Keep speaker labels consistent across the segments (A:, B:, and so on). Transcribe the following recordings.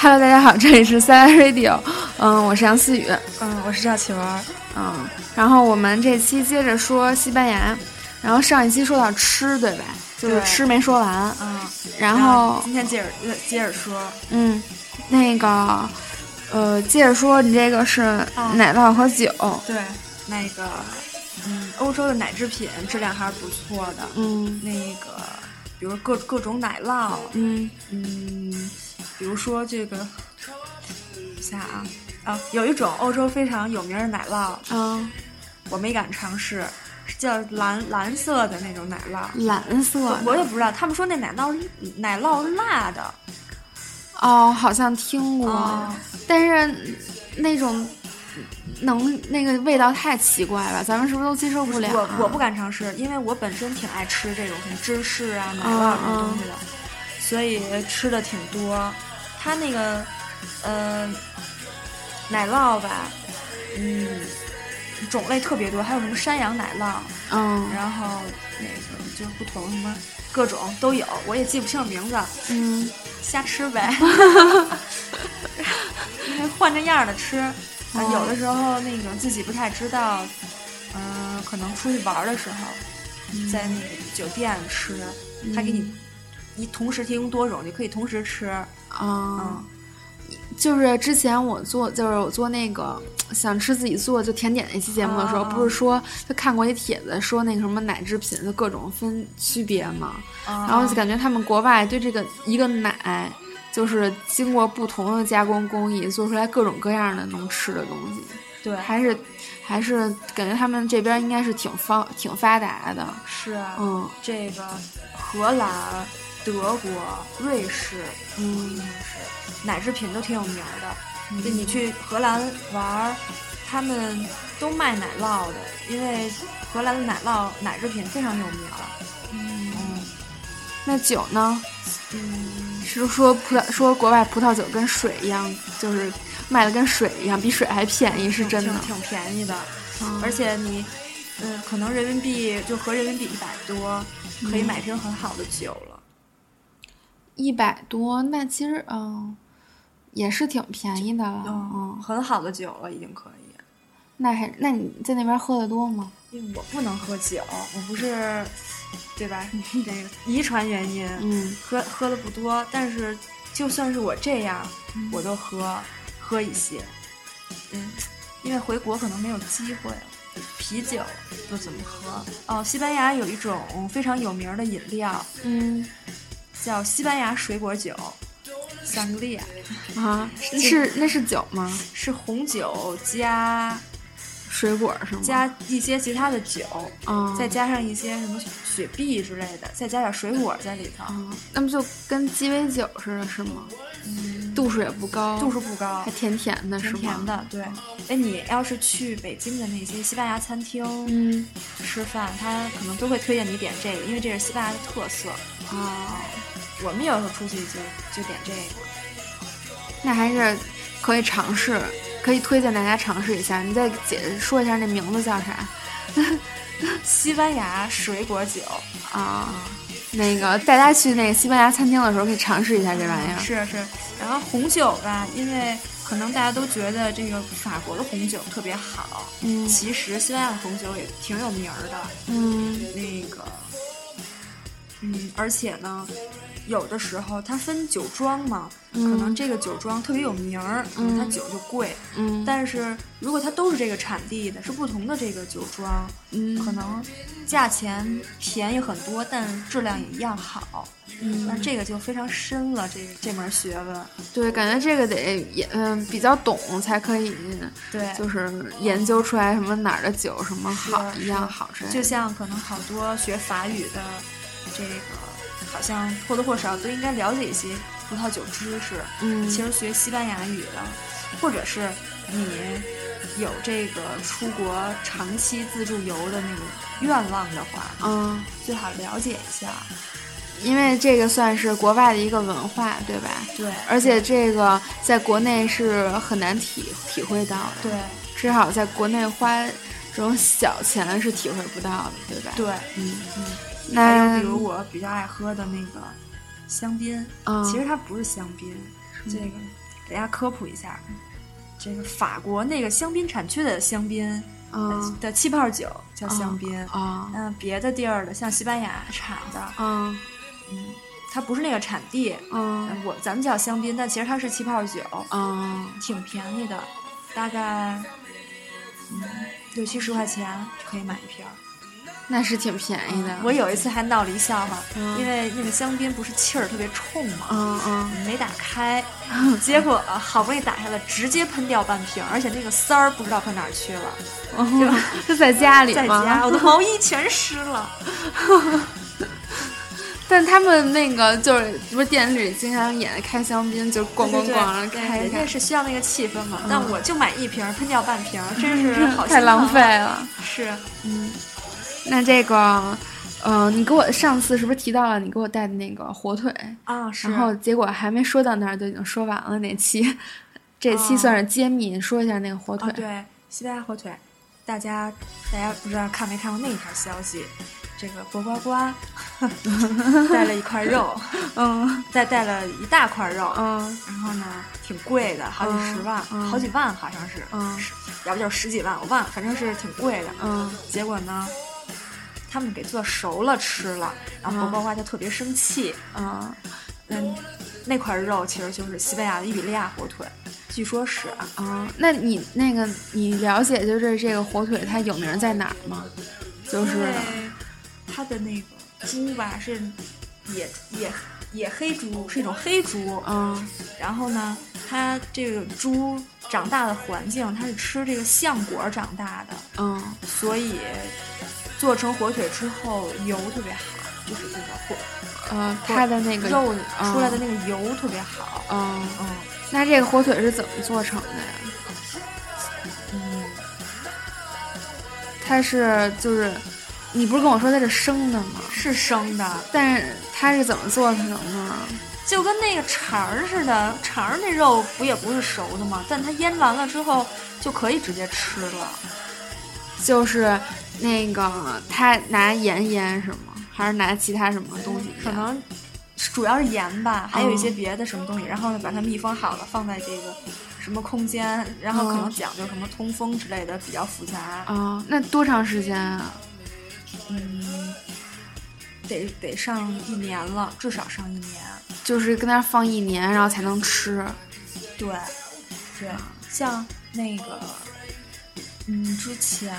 A: Hello，大家好，这里是三 Radio，嗯，我是杨思雨，
B: 嗯，我是赵启文。
A: 嗯，然后我们这期接着说西班牙，然后上一期说到吃，对吧？就是
B: 对
A: 吃没说完，
B: 嗯，
A: 然后
B: 今天接着呃接着说，
A: 嗯，那个呃，接着说你这个是
B: 啊
A: 奶酪和酒，
B: 对，那个嗯，欧洲的奶制品质量还是不错的。
A: 嗯
B: 那个，比如各各种奶酪，
A: 嗯
B: 嗯，比如说这个，等一下啊啊，有一种欧洲非常有名的奶酪，
A: 啊，
B: 我没敢尝试，是叫蓝蓝色的那种奶酪。
A: 蓝色的
B: 我也不知道，他们说那奶酪奶酪辣的，
A: 哦，好像听过，
B: 哦
A: 但是那种能那个味道太奇怪了，咱们是不是都接受不了啊？
B: 我我不敢尝试，因为我本身挺爱吃这种什么芝士啊、
A: 嗯
B: 奶酪这种东西的，所以吃的挺多。它那个，呃，奶酪吧，嗯，种类特别多，还有什么山羊奶酪，
A: 嗯
B: 然后那个就是不同什么各种都有，我也记不清名字，
A: 嗯
B: 瞎吃呗，因为换着样儿的吃。啊
A: 哦
B: 有的时候那个自己不太知道，嗯、可能出去玩儿的时候，
A: 嗯
B: 在那个酒店吃，他给你一同时提供多种，你可以同时吃。
A: 啊。
B: 嗯，
A: 就是之前我做，就是我做那个想吃自己做就甜点那期节目的时候，
B: 啊
A: 不是说就看过一帖子说那个什么奶制品的各种分区别嘛，
B: 然
A: 然后就感觉他们国外对这个一个奶，就是经过不同的加工工艺做出来各种各样的能吃的东西，
B: 对，
A: 还是还是感觉他们这边应该是挺方挺发达的，
B: 是啊
A: 嗯
B: 这个荷兰、德国、瑞士，
A: 嗯
B: 是奶制品都挺有名儿的。就你去荷兰玩儿，他们都卖奶酪的，因为荷兰的奶酪奶制品非常有名儿。
A: 嗯，那酒呢？
B: 嗯，
A: 是说葡萄说国外葡萄酒跟水一样，就是卖的跟水一样，比水还便宜，是真的
B: 挺。挺便宜的，
A: 嗯
B: 而且你，嗯，可能人民币就合人民币一百多，可以买瓶很好的酒了。
A: 一百多，那其实嗯，也是挺便宜的了。嗯，
B: 很好的酒了，已经可以。
A: 那还那你在那边喝的多吗？
B: 因为我不能喝酒，我不是，对吧？这个遗传原因，
A: 嗯
B: 喝喝的不多，但是就算是我这样，我都喝喝一些，嗯，因为回国可能没有机会了。啤酒不怎么喝哦。西班牙有一种非常有名的饮料
A: 嗯
B: 叫西班牙水果酒，香格里亚
A: 啊，是那是酒吗？
B: 是红酒加
A: 水果是吗？
B: 加一些其他的酒，
A: 啊，
B: 再加上一些什么雪碧之类的，再加点水果在里头，
A: 啊，那不就跟鸡尾酒似的，是吗？嗯度数也不高，
B: 度数不高
A: 还，甜甜的，是
B: 甜
A: 吗？
B: 甜。的。对，哎，你要是去北京的那些西班牙餐厅
A: 嗯
B: 吃饭，他可能都会推荐你点这个，因为这是西班牙的特色。
A: 啊，
B: 我们有时候出去就就点这个。
A: 那还是可以尝试，可以推荐大家尝试一下。你再解释说一下那名字叫啥
B: 西班牙水果酒，
A: 啊？那个大家去那个西班牙餐厅的时候，可以尝试一下这玩意儿。
B: 是是。然后红酒吧，因为可能大家都觉得这个法国的红酒特别好，
A: 嗯
B: 其实西班牙的红酒也挺有名儿的。
A: 嗯
B: 那个，嗯，而且呢，有的时候它分酒庄嘛，可能这个酒庄特别有名儿，可能它
A: 嗯
B: 酒就贵。
A: 嗯，
B: 但是如果它都是这个产地的，是不同的这个酒庄，可
A: 嗯
B: 能价钱便宜很多，但质量也一样好。那
A: 嗯，
B: 这个就非常深了，这这门学问。
A: 对，感觉这个得也嗯比较懂才可以，
B: 对，
A: 就是研究出来什么哪儿的酒什么好
B: 是
A: 一样好之类的。
B: 就像可能好多学法语的，这个好像或多或少都应该了解一些葡萄酒知识。
A: 嗯
B: 其实学西班牙语的，或者是你有这个出国长期自助游的那个愿望的话，
A: 嗯。
B: 最好了解一下。
A: 因为这个算是国外的一个文化，对吧？
B: 对
A: 而且这个在国内是很难体体会到的，
B: 对
A: 至少在国内花这种小钱是体会不到的，对吧？，
B: 对，
A: 嗯
B: 嗯。还
A: 那
B: 有比如我比较爱喝的那个香槟，
A: 嗯
B: 嗯其实它不是香槟，这个给大家科普一下，这个法国那个香槟产区的香槟
A: 嗯
B: 的气泡酒叫香槟，
A: 啊
B: 嗯，别的地儿的像西班牙产的，
A: 嗯
B: 嗯，它不是那个产地，
A: 嗯
B: 嗯我咱们叫香槟，但其实它是气泡酒，
A: 嗯
B: 挺便宜的，大概嗯六七十块钱就可以买一瓶儿。
A: 那是挺便宜的。
B: 嗯我有一次还闹了一笑话，
A: 嗯
B: 因为那个香槟不是气儿特别冲嘛，
A: 嗯 嗯
B: 没打开，结果呃好不容易打开了，直接喷掉半瓶，而且那个丝儿不知道跑哪儿去了，
A: 嗯， 是在家里
B: 在
A: 吗？
B: 家我的毛衣全湿 了。
A: 但他们那个就是不是电视里经常演的开香槟，就是咣咣咣然后
B: 对
A: 开
B: 人家
A: 开，
B: 是需要那个气氛嘛。但我就买一瓶，喷掉半瓶，真是好
A: 嗯太
B: 心疼啊
A: 浪费。了。
B: 是，
A: 那这个，呃，你给我上次是不是提到了你给我带的那个火腿？
B: 啊，是。
A: 然后结果还没说到那儿就已经说完了那期， 这期
B: 哦
A: 算是揭秘，说一下那个火腿。
B: 啊，对，西班牙火腿，大家大家不知道看没看过那一条消息？这个薄瓜 瓜 带了一块肉，
A: 嗯
B: 再带了一大块肉，
A: 嗯
B: 然后呢，挺贵的，好几十万，
A: 嗯嗯
B: 好几万好像是，
A: 嗯
B: 是要不就是十几万，我忘了，反正是挺贵的。
A: 嗯
B: 结果呢，他们给做熟了吃了，然后
A: 嗯
B: 薄瓜瓜就特别生气。
A: 嗯
B: 嗯，那块肉其实就是西班牙的伊比利亚火腿，据说是啊，
A: 嗯。那你那个你了解就是这个火腿它有名在哪儿吗？就是
B: 因为它的那个猪吧是野野野黑猪，是一种黑猪。
A: 嗯
B: 然后呢，它这个猪长大的环境，它是吃这个橡果长大的，
A: 嗯
B: 所以做成火腿之后油特别好，就是这个火
A: 呃，它的那个
B: 肉
A: 嗯
B: 出来的那个油特别好。
A: 嗯，
B: 嗯
A: 那这个火腿是怎么做成的呀？
B: 嗯，
A: 它是就是，你不是跟我说它是生的吗？
B: 是生的，
A: 但是它是怎么做成的呢？
B: 就跟那个肠儿似的，肠儿那肉不也不是熟的吗？但它腌完了之后就可以直接吃了。
A: 就是那个它拿盐腌是吗？还是拿其他什么东西腌？
B: 可能主要是盐吧，还有一些别的什么东西，然后呢把它密封好了，放在这个什么空间，然后可能
A: 嗯
B: 讲究什么通风之类的，比较复杂。
A: 啊、那多长时间啊？
B: 嗯，得得上一年了，至少上一年。
A: 就是跟那儿放一年，然后才能吃。
B: 对，对，像那个，嗯，之前。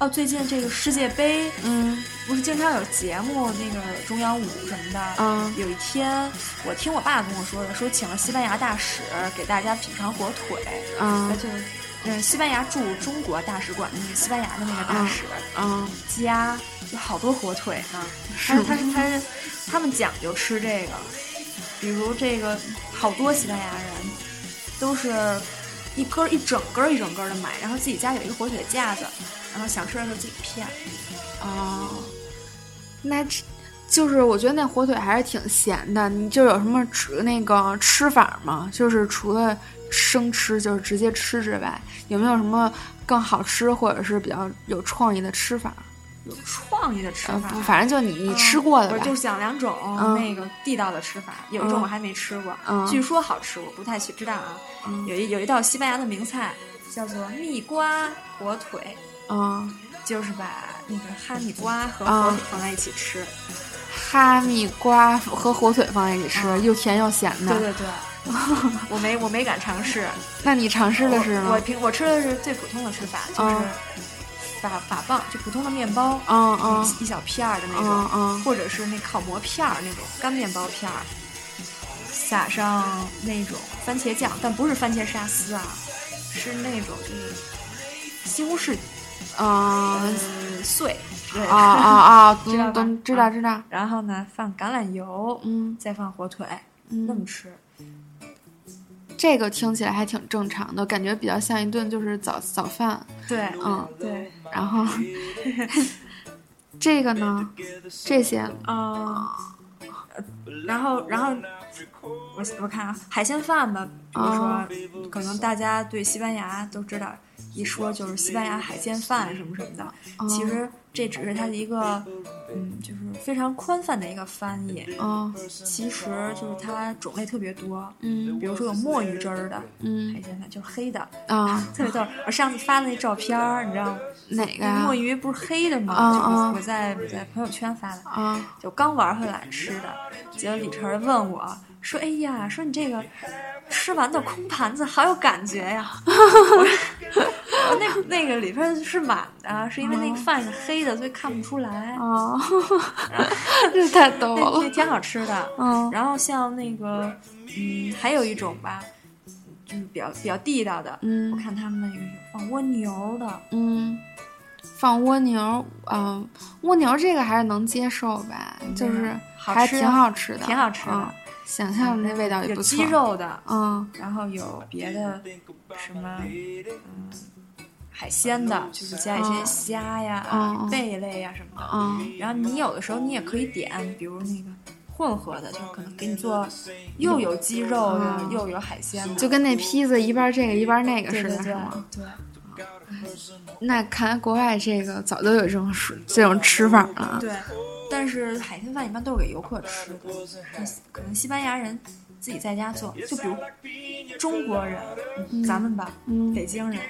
B: 哦，最近这个世界杯
A: 嗯
B: 不是经常有节目，那个中央五什么的，
A: 嗯
B: 有一天，我听我爸跟我说的，说请了西班牙大使给大家品尝火腿，那
A: 嗯
B: 就是，嗯，西班牙驻中国大使馆的那个西班牙的那个大使
A: 嗯，
B: 家有好多火腿呢，
A: 是
B: 但是
A: 吗
B: 他是他是他们讲究吃这个，比如这个好多西班牙人都是一根儿一整根儿一整根儿的买，然后自己家有一个火腿架子，然后想吃的时候自己片。
A: 哦，那这就是我觉得那火腿还是挺咸的。你就有什么吃那个吃法吗？就是除了生吃，就是直接吃之外，有没有什么更好吃或者是比较有创意的吃法？
B: 有创意的吃
A: 呃，
B: 法啊
A: 不，，反正就你你吃过的
B: 我
A: 吧
B: 就。想两种
A: 呃嗯
B: 那个地道的吃法，有一种
A: 嗯
B: 我还没吃过，
A: 嗯
B: 据说好吃，我不太去知道啊。
A: 嗯
B: 有一有一道西班牙的名菜叫做蜜瓜火腿，
A: 嗯，
B: 就是把那个哈密瓜和
A: 嗯
B: 火腿放在一起吃。
A: 哈密瓜和火腿放在一起吃，又甜又咸
B: 嗯对
A: 的。
B: 对对，我没我没敢尝试，
A: 那你尝试 了是
B: 我我
A: 吗？
B: 平我吃的是最普通的吃法，就是
A: 嗯
B: 法法棒，就普通的面包，
A: 嗯嗯
B: 一小片儿的那种
A: 嗯。嗯
B: 或者是那烤馍片儿那种干面包片儿，撒上那种番茄酱，但不是番茄沙司啊，是那种就是西红柿
A: 嗯，
B: 呃碎之类
A: 啊
B: 的。
A: 啊啊！
B: 知道吧嗯
A: 懂懂，知道知道。
B: 然后呢，放橄榄油，
A: 嗯
B: 再放火腿，
A: 嗯，
B: 那么吃。
A: 这个听起来还挺正常的，感觉比较像一顿就是早早饭，
B: 对，
A: 嗯，
B: 对，
A: 然 后这个呢，这些
B: 嗯。然后，然后我我看啊，海鲜饭吧，比如说，
A: 哦
B: 可能大家对西班牙都知道，一说就是西班牙海鲜饭什么什么的。
A: 嗯
B: 其实这只是它的一个，嗯，就是非常宽泛的一个翻译。
A: 嗯
B: 其实就是它种类特别多，
A: 嗯
B: 比如说有墨鱼汁儿的，
A: 嗯
B: 还想想就是黑的，
A: 啊，
B: 特别逗。我上次发的那照片儿，你知道吗？
A: 哪个
B: 那
A: 呀
B: 墨？鱼不是黑的吗？
A: 啊
B: 就我
A: 啊
B: 我在我在朋友圈发的，
A: 啊，
B: 就刚玩回来吃的，结果李晨儿问我说：“哎呀，说你这个吃完的空盘子好有感觉呀！” 我说那那个里边是满的，是因为那个饭是黑的，所以看不出来。
A: 哦， 这太逗
B: 那
A: 了
B: 那。挺好吃的。
A: 嗯
B: 然后像那个，嗯，还有一种吧，就是比较比较地道的。
A: 嗯
B: 我看他们那个有放蜗牛的，
A: 嗯，放蜗牛，嗯、蜗牛这个还是能接受吧，就是
B: 啊好
A: 还
B: 吃
A: 挺好吃的，
B: 挺好吃
A: 嗯
B: 的，
A: 想象的那味道也
B: 有
A: 不错。
B: 鸡，肉的，
A: 嗯
B: 然后有别的什么，嗯，海鲜的，就是加一些
A: 嗯
B: 虾呀、
A: 嗯嗯
B: 贝类呀什么的。
A: 嗯
B: 然后你有的时候你也可以点，比如那个混合的，就是可能给你做又有鸡肉的，
A: 嗯
B: 又有海鲜的，
A: 就跟那披萨一半这个一半那个
B: 对
A: 似
B: 对
A: 的，
B: 对
A: 是吗？
B: 对。
A: 那看来国外这个早就有这种吃这种吃法了。啊
B: 对，但是海鲜饭一般都是给游客吃的，那可能西班牙人自己在家做，就比如中国人，嗯咱们吧，
A: 嗯
B: 北京人，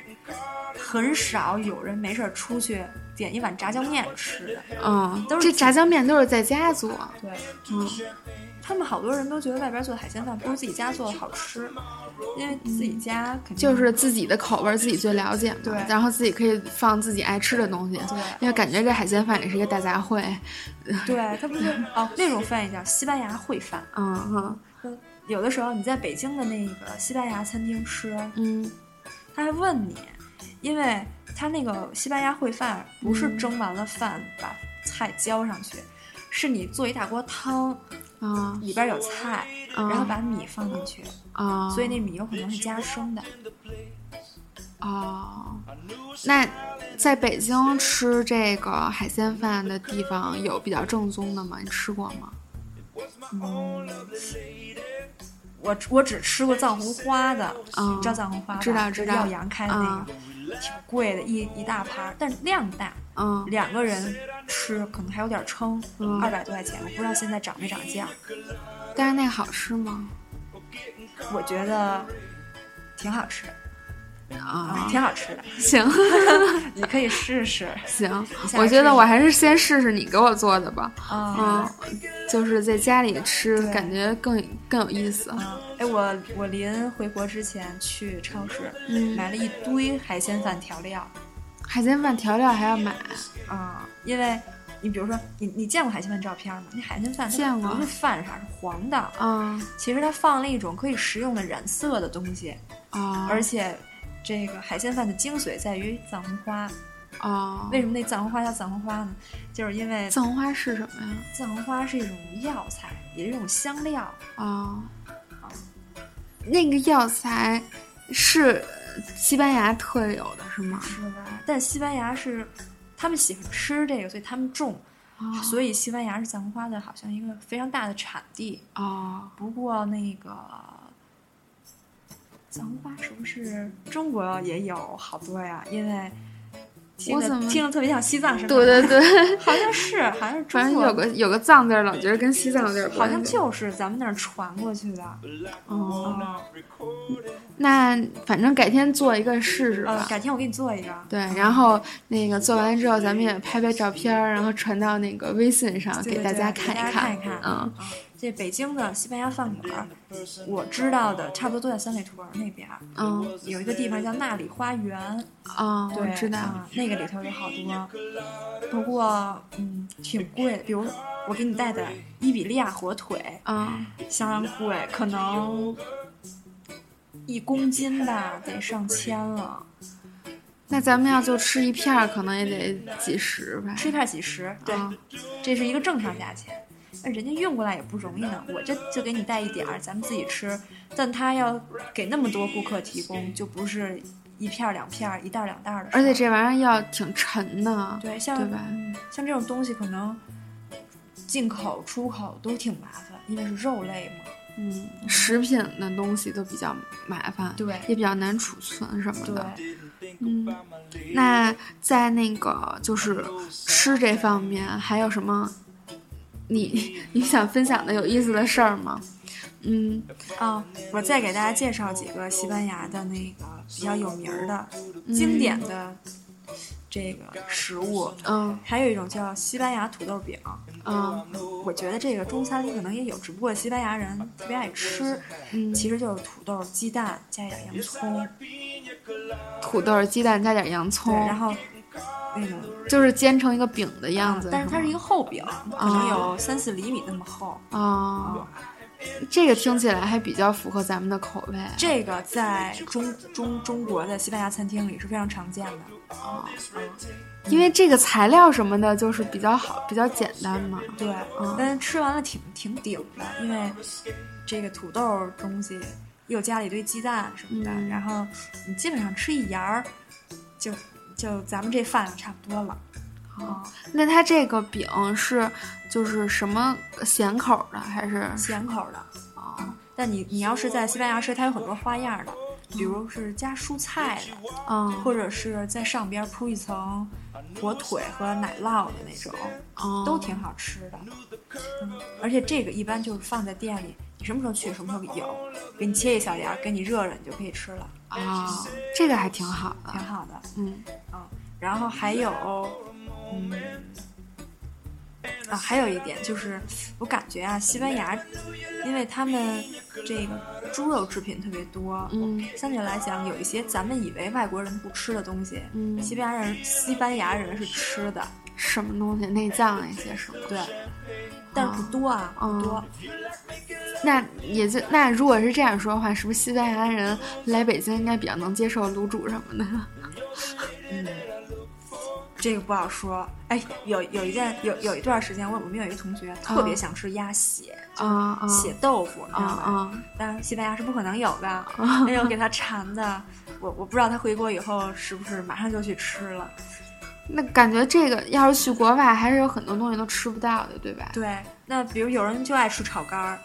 B: 很少有人没事儿出去点一碗炸酱面吃的。
A: 嗯
B: 都，是
A: 这炸酱面都是在家做。
B: 对
A: 嗯
B: 他们好多人都觉得外边做的海鲜饭不如自己家做的好吃，因为自己家肯定
A: 就是自己的口味儿自己最了解嘛，
B: 对
A: 然后自己可以放自己爱吃的东西，
B: 对
A: 因为感觉这海鲜饭也是一个大杂烩，
B: 对，他不是哦那种饭也叫西班牙烩饭。
A: 嗯
B: 就有的时候你在北京的那个西班牙餐厅吃，
A: 嗯
B: 他还问你，因为他那个西班牙烩饭不是蒸完了饭把菜浇上去，是你做一大锅汤，
A: 嗯啊
B: 里边有菜，
A: 啊
B: 然后把米放进去，
A: 啊，
B: 所以那米有可能是加生的。
A: 哦，那在北京吃这个海鲜饭的地方有比较正宗的吗？你吃过吗？
B: 嗯，我我只吃过藏红花的，
A: 嗯
B: 你知道藏红花吧？
A: 知道
B: 就是
A: 知道啊
B: 耀阳开的那个，挺贵的，一一大盘儿，但量大，
A: 嗯
B: 两个人吃可能还有点撑，
A: 嗯
B: 二百多块钱，我不知道现在涨没涨价。
A: 但是那个好吃吗？
B: 我觉得挺好吃的，
A: 啊
B: 啊，，挺好吃的，
A: 行
B: 你可以试 试。
A: 行，
B: 下
A: 我
B: 来
A: 觉
B: 试
A: 得
B: 试
A: 我还是先试试你给我做的吧。嗯
B: 啊、，
A: 就是在家里吃，
B: 对
A: 感觉更更有意思。
B: 啊，哎，我我临回国之前去超市、
A: 嗯
B: 买了一堆海鲜饭调料
A: 海鲜饭调料还要买，
B: 啊，因为你比如说你你见过海鲜饭照片吗？那海鲜饭它
A: 见过
B: 不是饭色是黄的，
A: 啊
B: 其实它放了一种可以食用的染色的东西，
A: 啊，
B: 而且。这个海鲜饭的精髓在于藏红花，
A: 啊，
B: 为什么那藏红花叫藏红花呢？就是因为
A: 藏红花是什么呀？
B: 藏红花是一种药材，也是一种香料，
A: 啊，那个药材是西班牙特有的是吗？
B: 是吧？但西班牙是他们喜欢吃这个，所以他们种，
A: 啊
B: 所以西班牙是藏红花的好像一个非常大的产地。
A: 啊
B: 不过那个藏红花是不是中国也有好多呀？因为听
A: 我怎
B: 着
A: 么
B: 听着特别像西藏是吧？
A: 对对 对，
B: 好像是，好像是
A: 反正
B: 中国
A: 有。个有个藏字儿，老觉得跟西藏有点
B: 好
A: 关系。
B: 像就是咱们那儿传过去的，
A: 哦，
B: 啊、
A: 那反正改天做一个试试
B: 呃，
A: 吧。
B: 改天我给你做一个，
A: 对，然后那个做完了之后，咱们也拍拍照片儿，然后传到那个微信上
B: 对
A: 给
B: 对
A: 大
B: 对
A: 家
B: 给
A: 看
B: 大
A: 一
B: 家看一看
A: 嗯，
B: 啊，这北京的西班牙饭馆儿，我知道的差不多都在三里屯儿那边儿，
A: 嗯
B: 有一个地方叫那里花园，
A: 啊，我
B: 对，
A: 知道。
B: 啊那个里头有好多，不过嗯挺贵的，比如我给你带的伊比利亚火腿
A: 啊
B: 相当贵，可能一公斤吧得上千了，，
A: 那咱们要就吃一片儿，可能也得几十吧。
B: 吃一片儿几十，对，
A: 啊
B: 这是一个正
A: 嗯
B: 常价钱。那人家运过来也不容易呢，我这就给你带一点儿，咱们自己吃。但他要给那么多顾客提供，就不是一片儿两片儿、一袋儿两袋儿的事儿。
A: 而且这玩意儿要挺沉的。
B: 对像
A: 对吧
B: 嗯像这种东西，可能进口、出口都挺麻烦，因为是肉类嘛。
A: 嗯，食品的东西都比较麻烦，
B: 对
A: 也比较难储存什么
B: 对，
A: 的。嗯，那在那个就是吃这方面，还有什么你 你想分享的有意思的事儿吗？嗯，
B: 啊，我再给大家介绍几个西班牙的那个比较有名儿的、经典的这个食物。
A: 嗯
B: 还有一种叫西班牙土豆饼，
A: 嗯
B: 我觉得这个中餐里可能也有，只不过西班牙人特别爱吃，
A: 嗯，
B: 其实就是土豆、鸡蛋加点洋葱，
A: 土豆、鸡蛋加点洋
B: 对，
A: 葱，
B: 然后那种
A: 就是煎成一个饼的样子。哦
B: 但是它是一个厚饼，可能有三四厘米那么厚。
A: 啊、哦，这个听起来还比较符合咱们的口味。
B: 这个在中中中国的西班牙餐厅里是非常常见的。
A: 哦，因为这个材料什么的，就是比较好，比较简单嘛。
B: 对，
A: 嗯
B: 但是吃完了挺挺顶的，因为这个土豆儿东西又加了一堆鸡蛋什么的，
A: 嗯
B: 然后你基本上吃一牙儿，就就咱们这饭量差不多了。
A: 哦
B: 啊，
A: 那它这个饼是就是什么咸口的，还是
B: 咸口的。
A: 哦
B: 但你你要是在西班牙吃，它有很多花样儿的，比如是加蔬菜的，
A: 哦
B: 或者是在上边儿铺一层火腿和奶酪的那种，
A: 哦，
B: 都挺好吃的。嗯，而且这个一般就是放在店里，你什么时候去什么时候有，给你切一小点儿，给你热热，你就可以吃了，
A: 啊、这个还挺好
B: 挺
A: 的。
B: 好的。
A: 嗯
B: 嗯，然后还有，嗯，啊，还有一点就是，我感觉啊，西班牙，因为他们这个猪肉制品特别多，
A: 嗯
B: 相对来讲，有一些咱们以为外国人不吃的东西，
A: 嗯，
B: 西班牙人西班牙人是吃的，
A: 什么东西内脏那些是吗？
B: 对，但是不多啊，
A: 嗯
B: 不多。
A: 那也就那如果是这样说的话，是不是西班牙人来北京应该比较能接受卤煮什么的？
B: 嗯，这个不好说。哎，有有一件有有一段时间，我我们有一个同学特别想吃鸭血、
A: 啊啊
B: 血豆腐，你知
A: 啊
B: 道吧？
A: 啊！
B: 但是西班牙是不可能有的，那种给他馋的。我我不知道他回国以后是不是马上就去吃了。
A: 那感觉这个要是去国外，还是有很多东西都吃不到的，对吧？
B: 对，那比如有人就爱吃炒肝儿，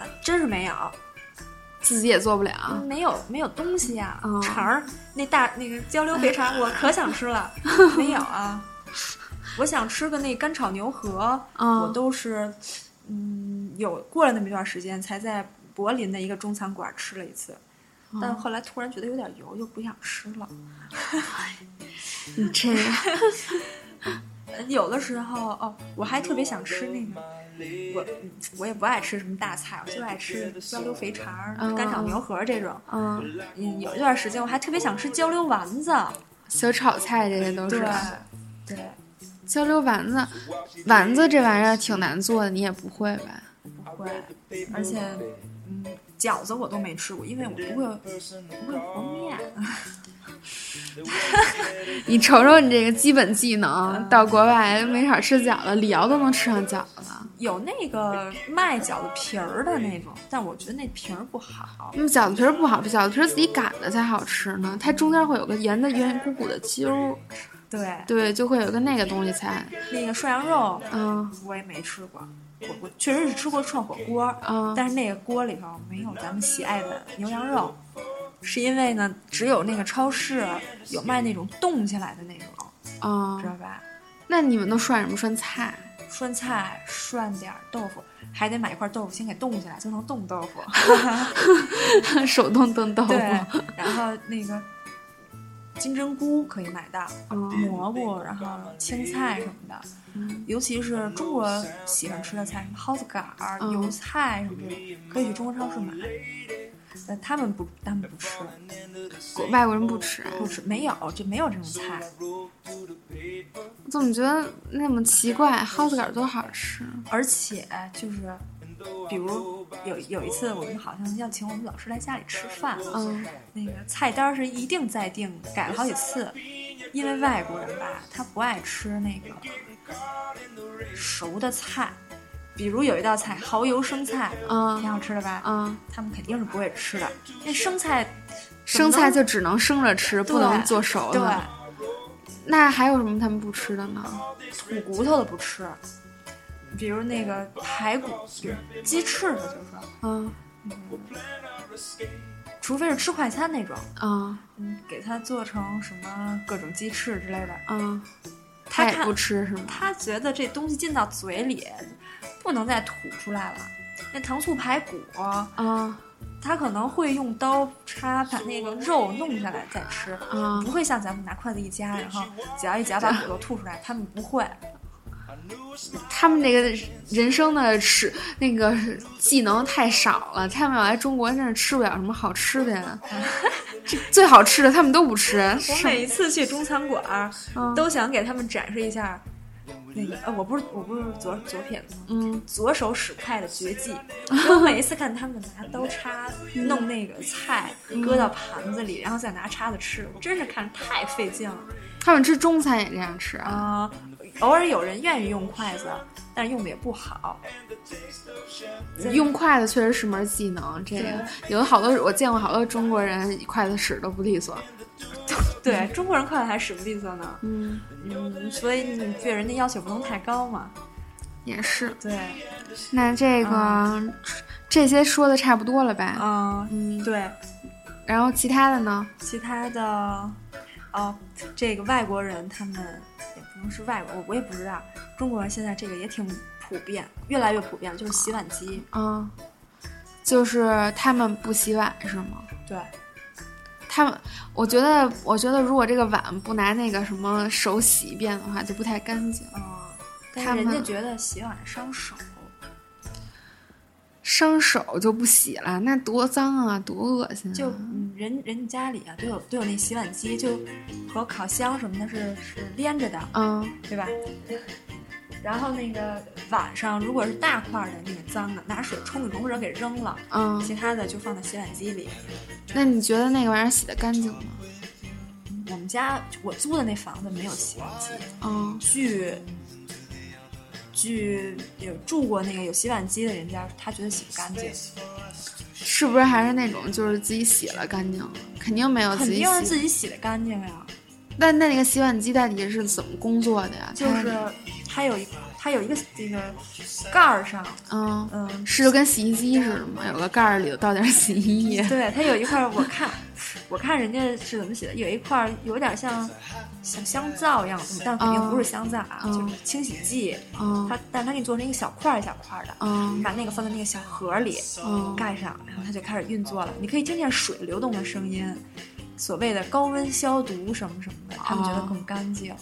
B: 那真是没有，
A: 自己也做不了。
B: 没有没有东西呀、
A: 嗯
B: 肠儿那大那个焦溜肥肠，我可想吃了，没有啊。我想吃个那干炒牛河，
A: 嗯
B: 我都是，嗯，有过了那么一段时间，才在柏林的一个中餐馆吃了一次，但后来突然觉得有点油，就不想吃了。
A: 你这个，
B: 呃有的时候哦，我还特别想吃那个，我嗯我也不爱吃什么大菜，我就爱吃焦溜肥肠儿、
A: 嗯
B: 干炒牛河这种。
A: 嗯，
B: 嗯，有一段时间我还特别想吃焦溜丸子，
A: 小炒菜这些都
B: 对
A: 是。
B: 对。
A: 焦溜丸子，丸子这玩意儿挺难做的，你也不会吧？
B: 不会，而且，嗯，饺子我都没吃过，因为我不会不会和面。
A: 你瞅瞅你这个基本技
B: 嗯
A: 能，到国外没少吃饺子，李瑶都能吃上饺子。
B: 有那个卖饺子皮儿的那种，但我觉得那皮儿不好。
A: 那么饺子皮儿不好，饺子皮儿自己擀的才好吃呢，它中间会有个圆的圆鼓鼓的揪儿，
B: 对，
A: 对，就会有个那个东西才，
B: 那个涮羊肉
A: 嗯
B: 我也没吃过，我我确实是吃过涮火锅，
A: 嗯
B: 但是那个锅里头没有咱们喜爱的牛羊肉，是因为呢，只有那个超市有卖那种冻起来的那种，
A: 哦
B: 知。道吧？
A: 那你们都涮什么涮菜？
B: 涮菜涮点儿豆腐，还得买一块豆腐先给冻起来，就成冻豆腐。
A: 手动炖豆腐
B: 对，，然后那个金针菇可以买到，
A: 嗯
B: 蘑菇，然后青菜什么的，
A: 嗯
B: 尤其是中国喜欢吃的菜，什么蒿子杆儿、
A: 嗯
B: 油菜什么的，可以去中国超市买。但他们不，他们不吃，
A: 国外国人不吃啊，
B: 不吃，没有，这没有这种菜。
A: 我怎么觉得那么奇怪？蒿子杆儿多好吃，
B: 而且就是，比如有有一次，我们好像要请我们老师来家里吃饭，
A: 嗯
B: 那个菜单是一定再定，改了好几次，因为外国人吧，他不爱吃那个熟的菜，比如有一道菜蚝油生菜，挺
A: 嗯
B: 好吃的吧？
A: 嗯，
B: 他们肯定是不会吃的，那生菜
A: 生菜就只能生着吃，不能
B: 对
A: 做熟
B: 对
A: 了。那还有什么他们不吃的呢？
B: 土骨头的不吃，比如那个排骨、比如鸡翅的，就是说，
A: 嗯
B: 除非是吃快餐那种，
A: 嗯
B: 嗯，给它做成什么各种鸡翅之类的，
A: 嗯，
B: 他
A: 他也
B: 看
A: 不吃是吗？
B: 他觉得这东西进到嘴里，不能再吐出来了。那糖醋排骨，嗯
A: 啊
B: 他可能会用刀叉把那个肉弄下来再吃，
A: 啊
B: 不会像咱们拿筷子一夹，然后夹一夹把骨头吐出来，他们不会。
A: 他们那个人生的吃那个技能太少了，他们要来中国真是吃不了什么好吃的 呀。这最好吃的他们都不吃，
B: 我
A: 是
B: 每一次去中餐馆儿，
A: 嗯
B: 都想给他们展示一下那个，呃，我不是我不是左左撇子吗？
A: 嗯
B: 左手使筷的绝 技。我每一次看他们拿刀叉弄那个菜，
A: 嗯
B: 搁到盘子里，然后再拿叉子吃，我真是看着太费劲了
A: 他们吃中餐也这样吃啊。
B: 啊、偶尔有人愿意用筷子，但是用的也不好。
A: 嗯
B: 对
A: 用筷子确实是门技能，这个有的好多我见过好多中国人筷子使都不利索。
B: 对中国人筷子还使不利索呢，
A: 嗯，
B: 嗯，所以你对人家要求不能太高嘛。
A: 也是。
B: 对，
A: 那这个、这些说的差不多了吧？
B: 嗯，
A: 嗯，
B: 对，
A: 然后其他的呢？
B: 其他的，哦，这个外国人他们也不能是外国，我我也不知道，中国人现在这个也挺普遍，越来越普遍了，就是洗碗机。
A: 啊，就是他们不洗碗是吗？
B: 对，
A: 他们，我觉得，我觉得如果这个碗不拿那个什么手洗一遍的话，就不太干净，
B: 嗯，但
A: 他
B: 是人家
A: 们嗯
B: 觉得洗碗伤手，
A: 伤手就不洗了，那多脏啊，多恶心啊！
B: 就嗯人人家家里啊都有都有那洗碗机，就和烤箱什么的是是连着的，
A: 嗯
B: 对吧？然后那个晚上如果是大块儿的那个脏的，拿水冲一冲或者给扔了，
A: 嗯，
B: 其他的就放在洗碗机里。
A: 那你觉得那个玩意儿洗的干净吗？
B: 我们家我租的那房子没有洗碗机，
A: 嗯
B: 据据有住过那个有洗碗机的人家，他觉得洗不干净，
A: 是不是还是那种就是自己洗了干净了？肯定没有啊自
B: 肯
A: 己
B: 定是自
A: 洗。嗯
B: 己洗的干净呀。
A: 那那那个洗碗机到底是怎么工作的呀？
B: 就是它有一它有一个这个盖儿上，
A: 它嗯，
B: 嗯，
A: 是就跟洗衣机似的吗？有个盖儿里头倒点洗衣液。
B: 对，它有一块儿我看我看人家是怎么写的，有一块儿有点像像香皂一样，但肯定不是香皂啊，
A: 嗯
B: 就是清洗剂。
A: 嗯
B: 它但是它给你做成一个小块儿一小块儿的，你
A: 嗯
B: 把那个放在那个小盒里，
A: 嗯
B: 盖上，然后它就开始运作了。你可以听见水流动的声音，所谓的高温消毒什么什么的，他们觉
A: 哦
B: 得更干净。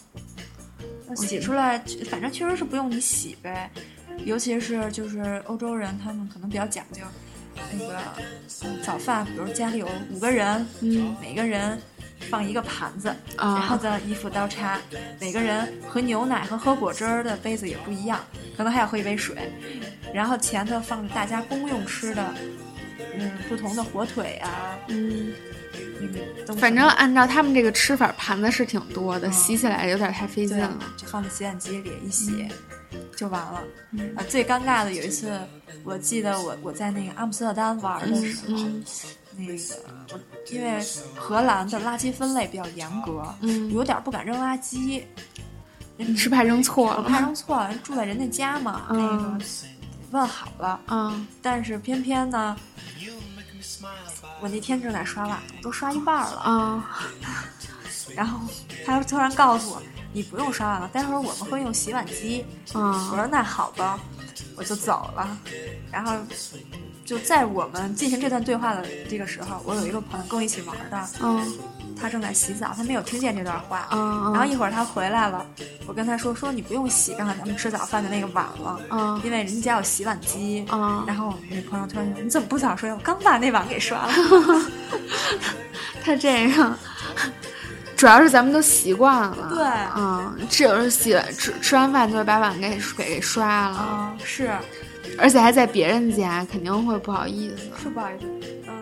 B: 那洗出来，反正确实是不用你洗呗。尤其是就是欧洲人，他们可能比较讲究那个嗯早饭，比如家里有五个人，
A: 嗯
B: 每个人放一个盘子，然后
A: 啊
B: 再一副刀叉，每个人喝牛奶和喝果汁儿的杯子也不一样，可能还要喝一杯水。然后前头放着大家公用吃的，嗯，不同的火腿啊，
A: 嗯。
B: 那个东西
A: 反正按照他们这个吃法，盘子是挺多的，
B: 嗯
A: 洗起来有点太费劲
B: 对
A: 了。，
B: 就放在洗碗机里一洗、就完了。
A: 啊嗯
B: 啊，最尴尬的有一次，我记得我我在那个阿姆斯特丹玩的时候，
A: 嗯
B: 那个我因为荷兰的垃圾分类比较严格，
A: 嗯，
B: 有点不敢扔垃圾。
A: 你是怕扔错
B: 我
A: 了
B: 怕
A: 吗？
B: 扔错了，人住在人家家嘛，
A: 嗯
B: 那个问好了，
A: 啊
B: 但是偏偏呢，我那天正在刷碗，我都刷一半了，
A: 啊
B: 然后他突然告诉我，你不用刷碗了，待会儿我们会用洗碗机。我
A: 啊！
B: 说那好吧，我就走了。然后就在我们进行这段对话的这个时候，我有一个朋友跟我一起玩的，
A: 嗯
B: 他正在洗澡，他没有听见这段话。
A: 啊
B: 然后一会儿他回来了，我跟他说说你不用洗刚才咱们吃早饭的那个碗了，
A: 啊
B: 因为人家有洗碗机。
A: 啊！
B: 然后我那朋友突然说：“你怎么不早说呀？我刚把那碗给刷了。
A: 他这个。主要是咱们都习惯了，
B: 对
A: 嗯，这有时候洗完吃吃完饭就会把碗给给给刷”了，
B: 啊，是
A: 而且还在别人家，肯定会不好意思。
B: 是不好意思。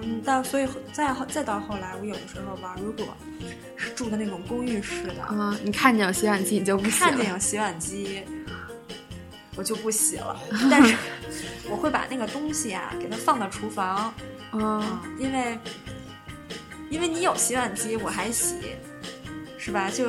B: 嗯，到所以再后再到后来，我有的时候玩，如果是住的那种公寓式的，
A: 嗯，你看见有洗碗机你就不洗
B: 看见
A: 了，
B: 有洗碗机，我就不洗 了。但是我会把那个东西啊，给它放到厨房，
A: 嗯
B: 因为因为你有洗碗机，我还洗，是吧？就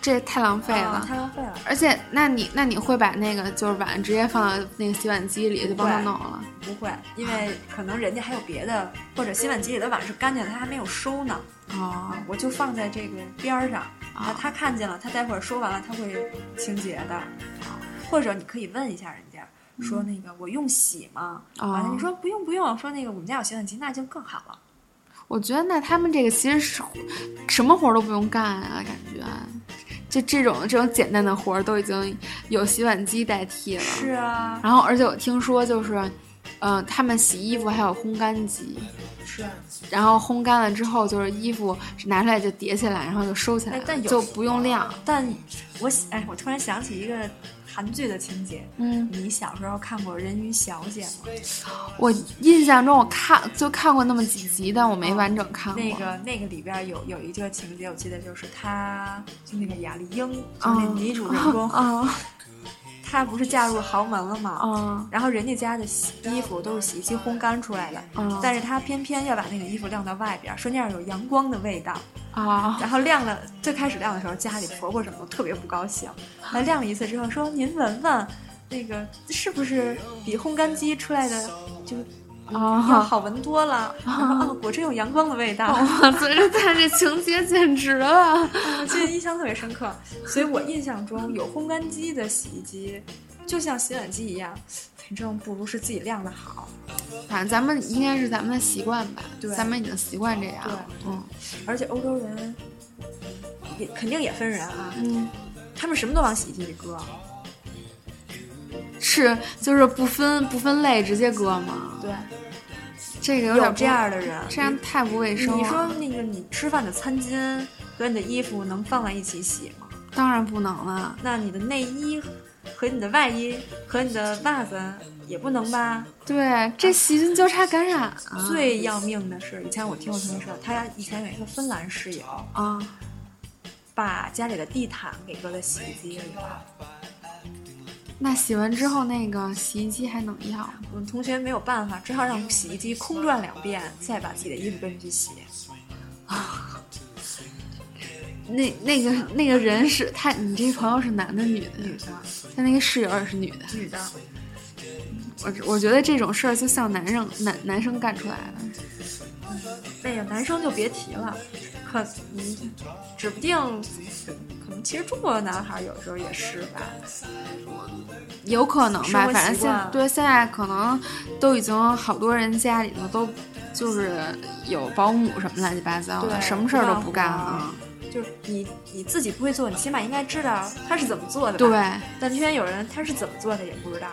A: 这也太浪费
B: 啊
A: 了。
B: 太浪费了。
A: 而且，那你那你会把那个就是碗直接放到那个洗碗机里就帮他弄了？
B: 不会，因为可能人家还有别的，或者洗碗机里的碗是干净的，他还没有收呢。
A: 哦
B: 啊，我就放在这个边儿上，啊，他看见了，他待会儿收完了他会清洁的。或者你可以问一下人家，说那个我用洗吗？
A: 哦
B: 完了啊你说不用不用，说那个我们家有洗碗机，那就更好了。
A: 我觉得那他们这个其实是什么活儿都不用干啊，感觉就这种这种简单的活儿都已经有洗碗机代替了。
B: 是啊，
A: 然后而且我听说就是，嗯、他们洗衣服还有烘干机，
B: 是啊，
A: 然后烘干了之后就是衣服拿出来就叠起来，然后就收起来
B: 哎
A: 了，
B: 但有啊
A: 就不用晾。
B: 但我喜哎，我突然想起一个韩剧的情节，
A: 嗯，
B: 你小时候看过《人鱼小姐》吗？
A: 我印象中我看就看过那么几集，但我没完整看过。
B: 嗯那个那个里边有有一个情节，我记得就是她就那个雅丽英，就那女主人公，
A: 啊
B: 她不是嫁入豪门了吗？
A: 啊
B: 然后人家家的洗衣服都是洗衣机烘干出来的，
A: 嗯
B: 但是她偏偏要把那个衣服晾到外边儿，说那样有阳光的味道。
A: 啊！
B: 然后晾了，最开始晾的时候，家里婆婆什么的特别不高兴。来晾了一次之后，说您闻闻，那个是不是比烘干机出来的就
A: 啊
B: 要好闻多了？ 然后哦，果真有阳光的味道。
A: 我觉得他这情节简直了。
B: 我记得印象特别深刻，所以我印象中有烘干机的洗衣机，就像洗碗机一样，反正不如是自己晾的好。
A: 反正咱们应该是咱们的习惯吧，
B: 对
A: 咱们已经习惯这样了。
B: 对
A: 嗯
B: 而且欧洲人也肯定也分人啊，
A: 嗯，
B: 他们什么都往洗衣机里搁。
A: 是就是不分不分类直接搁嘛，
B: 对，
A: 这个有点
B: 有
A: 不
B: 这样的人，
A: 这样太不卫生了。
B: 你说那个你吃饭的餐巾和你的衣服能放在一起洗吗？
A: 当然不能了，
B: 那你的内衣和你的外衣和你的袜子也不能吧？
A: 对，这细菌交叉感染啊。
B: 最要命的是，以前我听我同学说，他以前有一个芬兰室友，
A: 啊，
B: 把家里的地毯给搁在洗衣机里了。
A: 那洗完之后那个洗衣机还能要吗？
B: 我们同学没有办法，只好让洗衣机空转两遍，再把自己的衣服跟着去洗。
A: 那那个那个人是他，你这朋友是男的女的？
B: 女的，
A: 他那个室友也是女的。
B: 女的，
A: 我我觉得这种事儿就像男生男男生干出来的。
B: 哎呀，男生就别提了，可嗯，指不定，可能其实中国的男孩有时候也是吧。
A: 有可能
B: 生
A: 吧，
B: 活
A: 反正
B: 习
A: 现
B: 惯
A: 对现在可能都已经好多人家里头都就是有保姆什么乱七八糟的，
B: 对
A: 什么事儿都不干了。啊
B: 就是你你自己不会做，你起码应该知道他是怎么做的吧。
A: 对，，
B: 但偏偏有人他是怎么做的也不知道。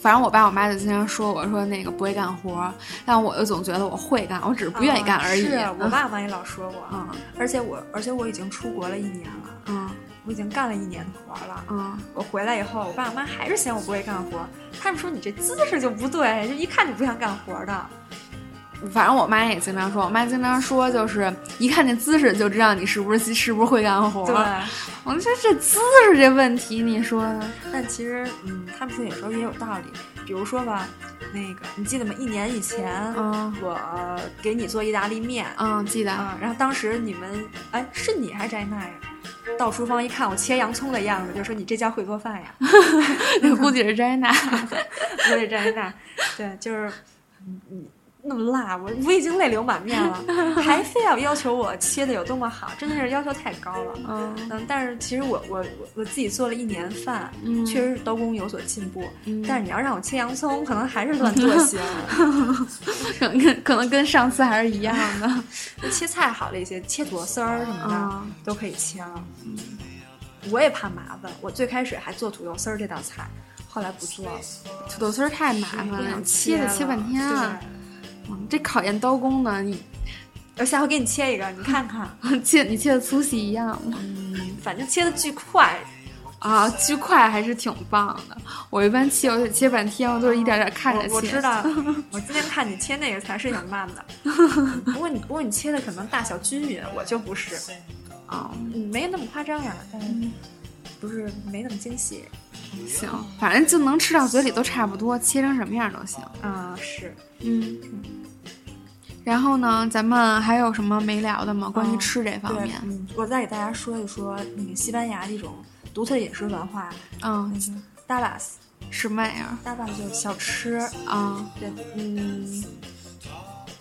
A: 反正我爸我妈就经常说我说那个不会干活儿，但我又总觉得我会干，我只是不愿意干而已。
B: 啊是我
A: 嗯
B: 爸妈也老说我，
A: 嗯
B: 而且我而且我已经出国了一年了，
A: 嗯
B: 我已经干了一年的活了。
A: 嗯，
B: 我回来以后，我爸我妈还是嫌我不会干活，他们说你这姿势就不对，就一看就不像干活的。
A: 反正我妈也经常说，我妈经常说就是一看这姿势就知道你是不是是不是会干活
B: 对，
A: 儿。我说这姿势这问题，你说呢？
B: 但其实嗯，他们说有时候也有道理。比如说吧，那个你记得吗？一年以前，
A: 嗯
B: 我给你做意大利面，
A: 嗯，记得
B: 啊，然后当时你们，哎，是你还是翟娜呀？到厨房一看我切洋葱的样子，就说你这叫会做饭呀。
A: 估计是摘娜。
B: 我也翟娜，对，就是嗯嗯那么辣，我我已经泪流满面了，还非要要求我切的有多么好，真的是要求太高了。
A: 嗯
B: 嗯，但是其实我我我我自己做了一年饭，
A: 嗯
B: 确实是刀工有所进步。
A: 嗯
B: 但是你要让我切洋葱，可能还是乱做 些了。
A: 可能跟可能跟上次还是一样 的。
B: 切菜好了一些，切螺丝儿什么的、
A: 嗯
B: 都可以切了。我也怕麻烦，我最开始还做土豆丝儿这道菜，后来不做了，
A: 土豆丝儿太麻烦
B: 不
A: 了，
B: 想
A: 嗯切
B: 了
A: 得切半天啊，
B: 对
A: 嗯这考验刀工呢。你
B: 我下回给你切一个，你看看。
A: 切你切的粗细一样吗？
B: 嗯，反正切的巨快，
A: 啊，巨快还是挺棒的。我一般切我得切半天，我都是一点点看着切。
B: 我我知 道，我今天看你切那个才是挺慢的。不过你不过你切的可能大小均匀，我就不是，
A: 啊、
B: 嗯没那么夸张啊，但是
A: 嗯
B: 不是没那么精细。
A: 行，反正就能吃到嘴里都差不多，切成什么样都行。
B: 啊、是
A: 嗯。然后呢，咱们还有什么没聊的吗？关于
B: 嗯
A: 吃这方
B: 对
A: 面，，
B: 嗯，我再给大家说一说那个西班牙的一种独特的饮食文化，
A: 嗯，
B: 大巴斯，
A: 什么玩意儿
B: 大巴就是小吃，
A: 啊？
B: 对，嗯。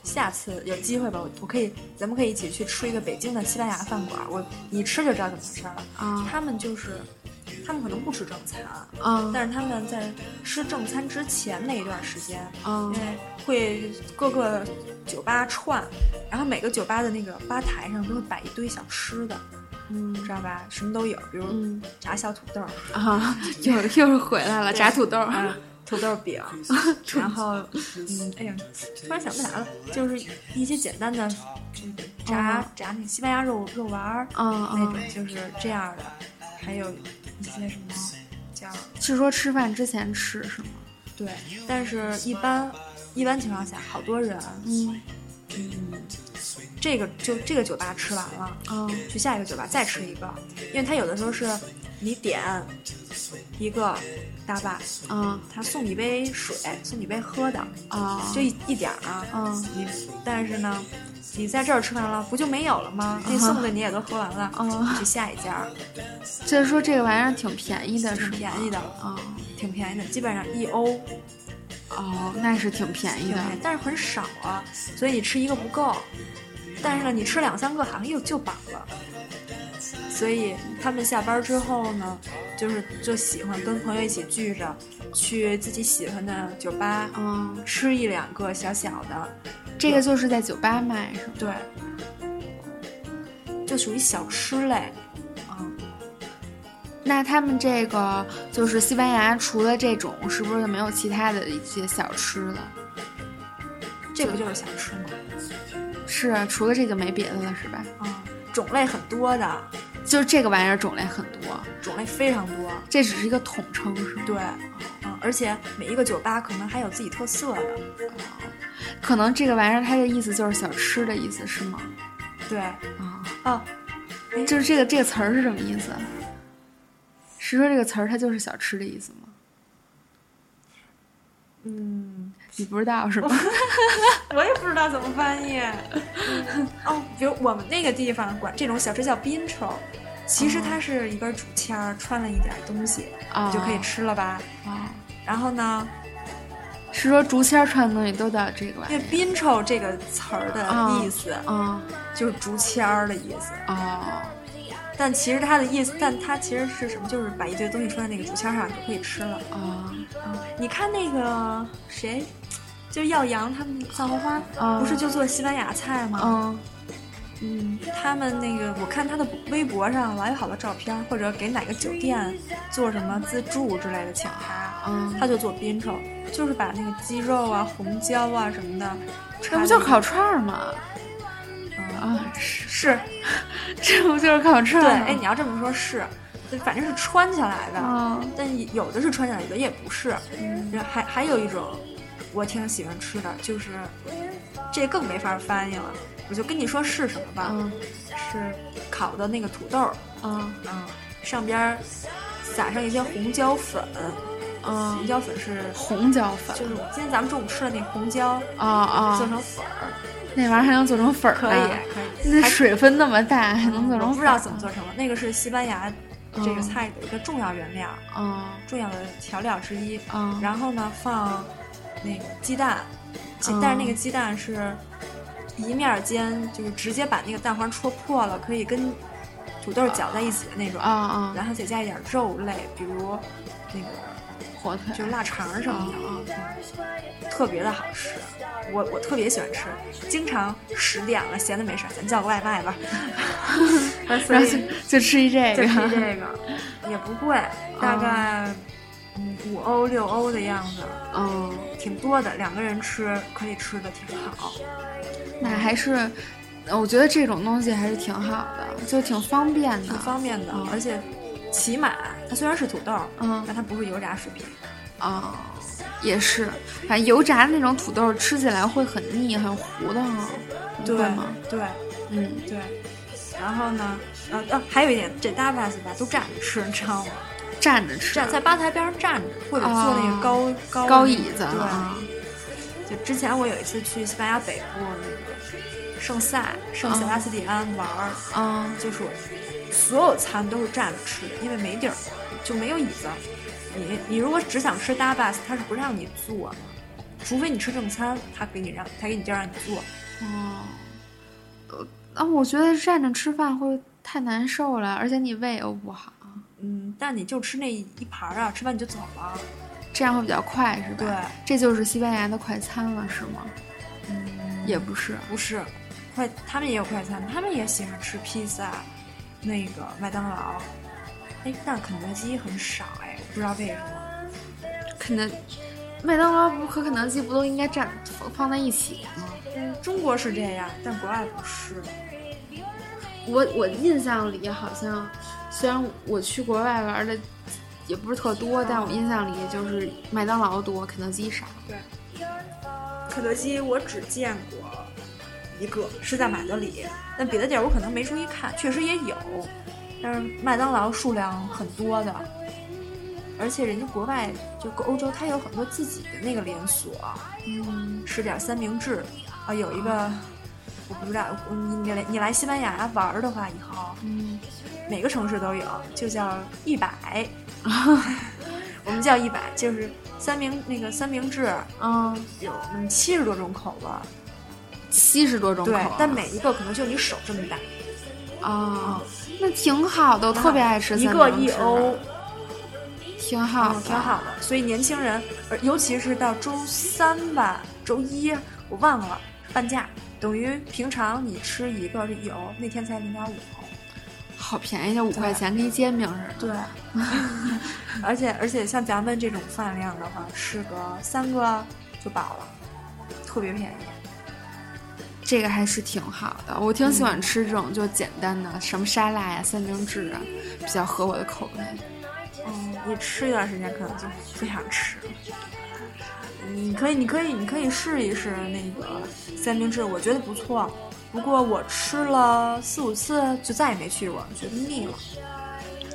B: 下次有机会吧，我我可以，咱们可以一起去吃一个北京的西班牙饭馆。我你一吃就知道怎么回事了。
A: 啊
B: 他们就是，他们可能不吃正餐，啊
A: 嗯
B: 但是他们在吃正餐之前那一段时间，因
A: 嗯
B: 为会各个酒吧串，然后每个酒吧的那个吧台上都会摆一堆小吃的，
A: 嗯
B: 知道吧？什么都有，比如
A: 嗯
B: 炸小土豆，
A: 啊，又又是回来了，炸土豆儿，
B: 啊，土豆饼，然后嗯，哎呀，突然想不起来了，就是一些简单的炸炸那西班牙肉肉丸儿
A: 嗯
B: 那
A: 嗯，
B: 种，就是这样的，还有一些什么叫
A: 是说吃饭之前吃是吗？
B: 对，但是一般一般情况下，好多人
A: 嗯
B: 嗯，这个就这个酒吧吃完了，
A: 嗯
B: 去下一个酒吧再吃一个，因为它有的时候是你点一个大坝，
A: 嗯
B: 他送你一杯水，送你一杯喝的，
A: 啊
B: 就一一点儿啊。
A: 嗯
B: 你但是呢，你在这儿吃完了，不就没有了吗？这
A: 嗯
B: 送的你也都喝完了，
A: 嗯，
B: 去下一家，
A: 就是说这个玩意儿挺便宜的，是吗
B: 挺便宜的，
A: 啊
B: 挺便宜的，基本上一欧，
A: 哦，那是挺便宜
B: 挺
A: 的，
B: 便宜，但是很少啊，所以你吃一个不够，但是呢，你吃两三个好像又就饱了。所以他们下班之后呢，就是就喜欢跟朋友一起聚着，去自己喜欢的酒吧
A: 嗯，
B: 吃一两个小小的，
A: 这个就是在酒吧卖是吗？
B: 对，就属于小吃类。嗯
A: 那他们这个就是西班牙，除了这种，是不是就没有其他的一些小吃了？
B: 这不就是小吃吗？
A: 是啊，除了这就没别的了，是吧？
B: 啊、种类很多的，
A: 就这个玩意儿种类很多，
B: 种类非常多。
A: 这只是一个统称，是吗？
B: 对，嗯，而且每一个酒吧可能还有自己特色的。
A: 可能这个玩意儿它的意思就是小吃的意思，是吗？
B: 对，
A: 啊、
B: 哦，
A: 就是这个这个词儿是什么意思？啊是说这个词儿它就是小吃的意思吗？
B: 嗯，
A: 你不知道是吗？
B: 我也不知道怎么翻译。 哦，比如我们那个地方管这种小吃叫 bincho，其实它是一根竹签儿穿了一点东西，
A: 啊、
B: 你 就可以吃了吧。
A: 啊、
B: 然后呢，
A: 是说竹签儿串的东西都叫这个玩意
B: 因为
A: 儿。
B: bincho 这个词儿的意思
A: 啊
B: 就是竹签儿的意思，
A: 哦
B: 但其实它的意思，但它其实是什么？就是把一堆东西穿在那个竹签儿上，你就可以吃了。
A: 哦
B: 啊，你看那个谁，就是耀阳他们藏红花，
A: 嗯
B: 不是就做西班牙菜吗？
A: 嗯
B: 嗯，他们那个我看他的微博上老有好多照片，或者给哪个酒店做什么自助之类的，请他，
A: 嗯，
B: 他就做边抽，就是把那个鸡肉啊、红椒啊什么的，
A: 这
B: 这
A: 不就是烤串儿吗？
B: 啊？
A: 啊，是
B: 是，
A: 这不就是烤串
B: 对，
A: 儿吗？
B: 哎，你要这么说，是，就反正是穿起来的。
A: 啊，
B: 但有的是穿起来，有的也不是。
A: 嗯
B: 然后还还有一种我挺喜欢吃的，就是这更没法翻译了，我就跟你说是什么吧，
A: 嗯
B: 是烤的那个土豆，
A: 嗯
B: 嗯，上边儿撒上一些红椒粉，红
A: 嗯，
B: 椒粉是
A: 红椒粉
B: 就是我今天咱们中午吃的那红椒。
A: 啊啊
B: 做，成粉儿
A: 那玩意儿还能做成粉儿
B: 可
A: 呢？
B: 以，可以。
A: 那水分那么大，还
B: 还
A: 能做成？嗯
B: 我不知道怎么。做成了。那个是西班牙这个菜的一个重要原料，
A: 啊
B: 重要的调料之一。
A: 啊，
B: 然后呢放那个鸡蛋，其
A: 嗯
B: 但是那个鸡蛋是一面儿煎，就是直接把那个蛋黄戳破了，可以跟土豆搅在一起的那种。
A: 啊啊，
B: 然后再加一点肉类，比如那个
A: 火腿
B: 就是腊肠儿什么的，
A: 啊
B: 特别的好吃。我我特别喜欢吃，经常十点了闲的没事儿，咱叫个外 卖吧。所
A: 然后就
B: 以
A: 就吃一这
B: 就
A: 个，
B: 吃这个，也不贵，大概嗯五欧六欧的样子。
A: 嗯，
B: 挺多的，两个人吃可以吃的挺好。
A: 那还是，呃我觉得这种东西还是挺好的，就挺方便
B: 挺
A: 的。
B: 方便的
A: 嗯，
B: 而且起码它虽然是土豆，
A: 嗯
B: 但它不是油炸食品。
A: 啊，也是，反正油炸那种土豆吃起来会很腻、很糊的哈，你会吗？
B: 对
A: 嗯，
B: 对。然后呢，呃呃，还有一点，这 tapas 吧都站着吃，你知道吗？
A: 蘸着吃，
B: 站在吧台边上站着，或者坐那
A: 哦
B: 个高、高
A: 高
B: 的
A: 椅子啊
B: 对，就之前我有一次去西班牙北部那个圣塞、圣塞巴斯蒂安玩儿，
A: 啊
B: 就是所有餐都是站着吃的，因为没地儿，就没有椅子。你你如果只想吃大 bus，他是不让你坐的，除非你吃正餐，他给你让他给你地儿让你坐。
A: 哦，呃，啊，我觉得站着吃饭会太难受了，而且你胃又不好。
B: 嗯，但你就吃那一盘儿啊，吃完你就走了。
A: 这样会比较快，是吧？
B: 对，
A: 这就是西班牙的快餐了，是吗？
B: 嗯，
A: 也不是，
B: 不是，快，他们也有快餐，他们也喜欢吃披萨，那个麦当劳。哎，但肯德基很少哎，不知道为什么。
A: 肯德、麦当劳不和肯德基不都应该站放放在一起吗？
B: 嗯，中国是这样，但国外不是。
A: 我我印象里好像，虽然我去国外玩的也不是特多，但我印象里就是麦当劳多，肯德基少。
B: 对，肯德基我只见过一个，是在马德里，但别的地儿我可能没注意看，确实也有。但是麦当劳数量很多的，而且人家国外就欧洲，它有很多自己的那个连锁，
A: 嗯，
B: 吃点三明治啊，有一个我不知道，你你来你来西班牙玩儿的话，以后
A: 嗯，
B: 每个城市都有，就叫 一百，我们叫一百，就是三明那个三明治
A: 嗯，
B: 有那么七十多种口味儿，
A: 七十多种口
B: 对
A: 味，
B: 但每一个可能就你手这么大，
A: 啊、那挺好的，我
B: 挺
A: 特别
B: 好
A: 爱吃
B: 一
A: 三
B: 个
A: 明
B: 一
A: 治啊
B: 欧，嗯
A: 挺好的，
B: 挺好的。所以年轻人，呃尤其是到周三吧，周一我忘了半价，等于平常你吃一个是一欧，那天才零点五欧。
A: 好便宜，就五块钱跟一煎饼似的。
B: 对，而且而且像咱们这种饭量的话，吃个三个就饱了，特别便宜。
A: 这个还是挺好的，我挺喜
B: 嗯
A: 欢吃这种就简单的，什么沙拉呀、三明治啊，比较合我的口味。
B: 嗯，你吃一段时间可能就不想吃了。你可以，你可以，你可以试一试那个三明治，我觉得不错。不过我吃了四五次，就再也没去过，觉得腻了。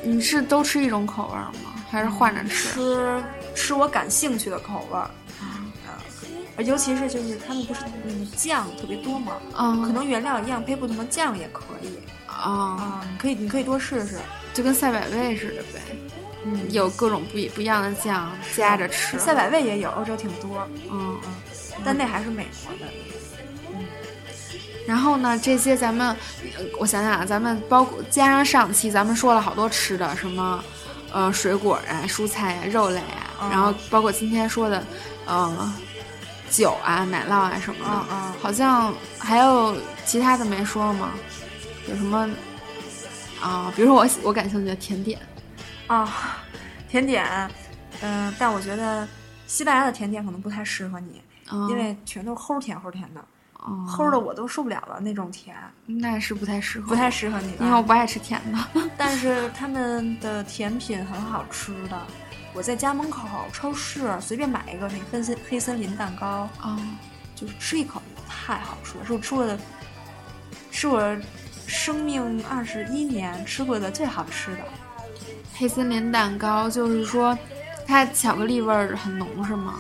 A: 你是都吃一种口味吗？还是换着吃？
B: 吃吃我感兴趣的口味儿，呃尤其是就是他们不是那个酱特别多嘛，
A: 嗯，
B: 可能原料一样，配不同的酱也可以
A: 啊、
B: 啊、你可以你可以多试试。
A: 就跟赛百味似的呗，
B: 嗯，
A: 有各种不一不一样的酱夹着吃。
B: 赛百味也有，欧洲挺多，
A: 嗯，
B: 但那还是美国的。
A: 然后呢，这些咱们，呃我想想啊，咱们包括加上上期咱们说了好多吃的，什么，呃，水果啊、蔬菜啊、肉类啊，
B: 嗯
A: 然后包括今天说的，呃，酒啊、奶酪啊什么的，
B: 啊啊
A: 好像还有其他的没说吗？有什么啊、比如说我喜我感兴趣的甜点，
B: 啊，甜点，嗯、但我觉得西班牙的甜点可能不太适合你，
A: 嗯、
B: 因为全都齁甜齁甜的，
A: 哦
B: 齁的我都受不了了那种甜，
A: 那是不太适合，
B: 不太适合你
A: 因为我
B: 吧。
A: 不爱吃甜 的。
B: 但是他们的甜品很好吃的。我在家门口超市随便买一个那个黑森黑森林蛋糕，
A: 哦，
B: 就是吃一口太好吃了，是我吃过的，是我生命二十一年吃过的最好吃的。
A: 黑森林蛋糕，就是说它巧克力味儿很浓，是吗？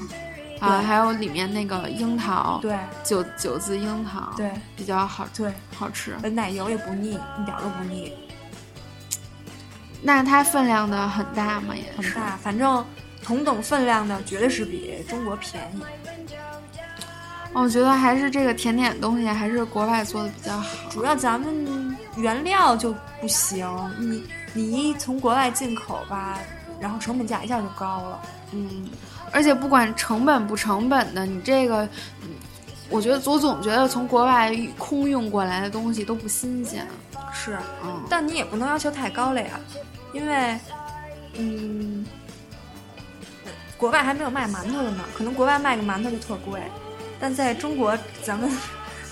A: 啊，
B: 对
A: 还有里面那个樱桃，
B: 对
A: 九九字樱桃，
B: 对，
A: 比较好
B: 对，
A: 好吃。
B: 呃奶油也不腻，一点儿都不腻，
A: 那它分量的很大吗？也
B: 很
A: 是。
B: 大。反正同等分量的绝对是比中国便宜，
A: 哦我觉得还是这个甜点东西还是国外做的比较好。
B: 主要咱们原料就不行，你你一从国外进口吧，然后成本价一下就高了。
A: 嗯，而且不管成本不成本的，你这个，嗯我觉得我总觉得从国外空运过来的东西都不新鲜。
B: 是，
A: 嗯，
B: 但你也不能要求太高了呀，因为，嗯，国外还没有卖馒头的呢，可能国外卖个馒头就特贵，但在中国咱们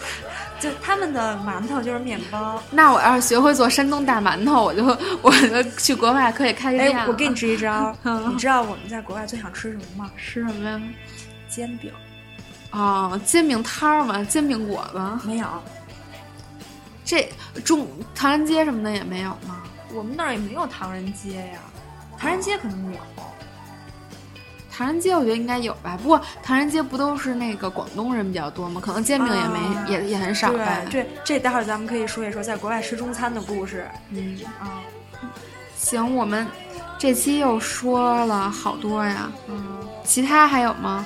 B: 就他们的馒头就是面包。
A: 那我要是学会做山东大馒头，我就我就去国外可以开个店了。
B: 哎，我给你支一招，
A: 嗯
B: 你知道我们在国外最想吃什么吗？
A: 吃什么呀？
B: 煎饼。
A: 啊、煎饼摊儿嘛，煎饼果子，
B: 没有，
A: 这中唐人街什么的也没有吗？
B: 我们那儿也没有唐人街呀，唐人街可能有。
A: 唐人街我觉得应该有吧，不过唐人街不都是那个广东人比较多吗？可能煎饼也没、
B: 啊
A: 也也很少吧
B: 对。对，这待会儿咱们可以说一说在国外吃中餐的故事
A: 嗯，
B: 啊。
A: 行，我们这期又说了好多呀，
B: 嗯
A: 其他还有吗？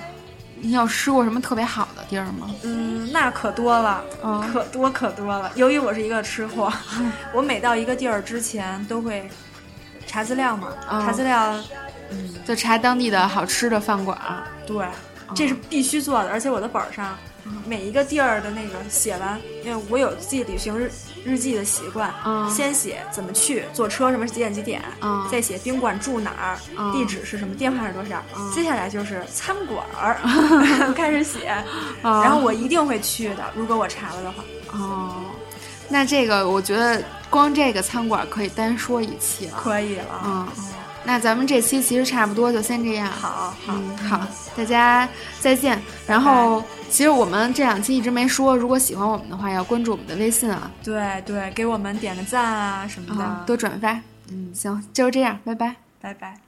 A: 你有吃过什么特别好的地儿吗？
B: 嗯，那可多了，
A: 嗯
B: 可多可多了。由于我是一个吃货，我每到一个地儿之前都会查资料嘛，
A: 嗯
B: 查资料，嗯，
A: 就查当地的好吃的饭馆儿。
B: 对，这是必须做的，而且我的本儿上每一个地儿的那个写完，因为我有自己旅行日日记的习惯，
A: 嗯
B: 先写怎么去，坐车什么几点几点，
A: 嗯
B: 再写宾馆住哪儿，
A: 嗯
B: 地址是什么，电话是多少，
A: 嗯
B: 接下来就是餐馆儿开始写，
A: 嗯
B: 然后我一定会去的，如果我查了的话，
A: 哦，那这个我觉得光这个餐馆可以单说一期了。
B: 可以了，啊
A: 嗯，那咱们这期其实差不多就先这样。
B: 好好，
A: 嗯，好，大家再见。然后，其实我们这两期一直没说，如果喜欢我们的话，要关注我们的微信啊，
B: 对对，给我们点个赞啊什么
A: 啊、
B: 的，
A: 多转发。嗯，行，就是这样，拜拜。
B: 拜拜。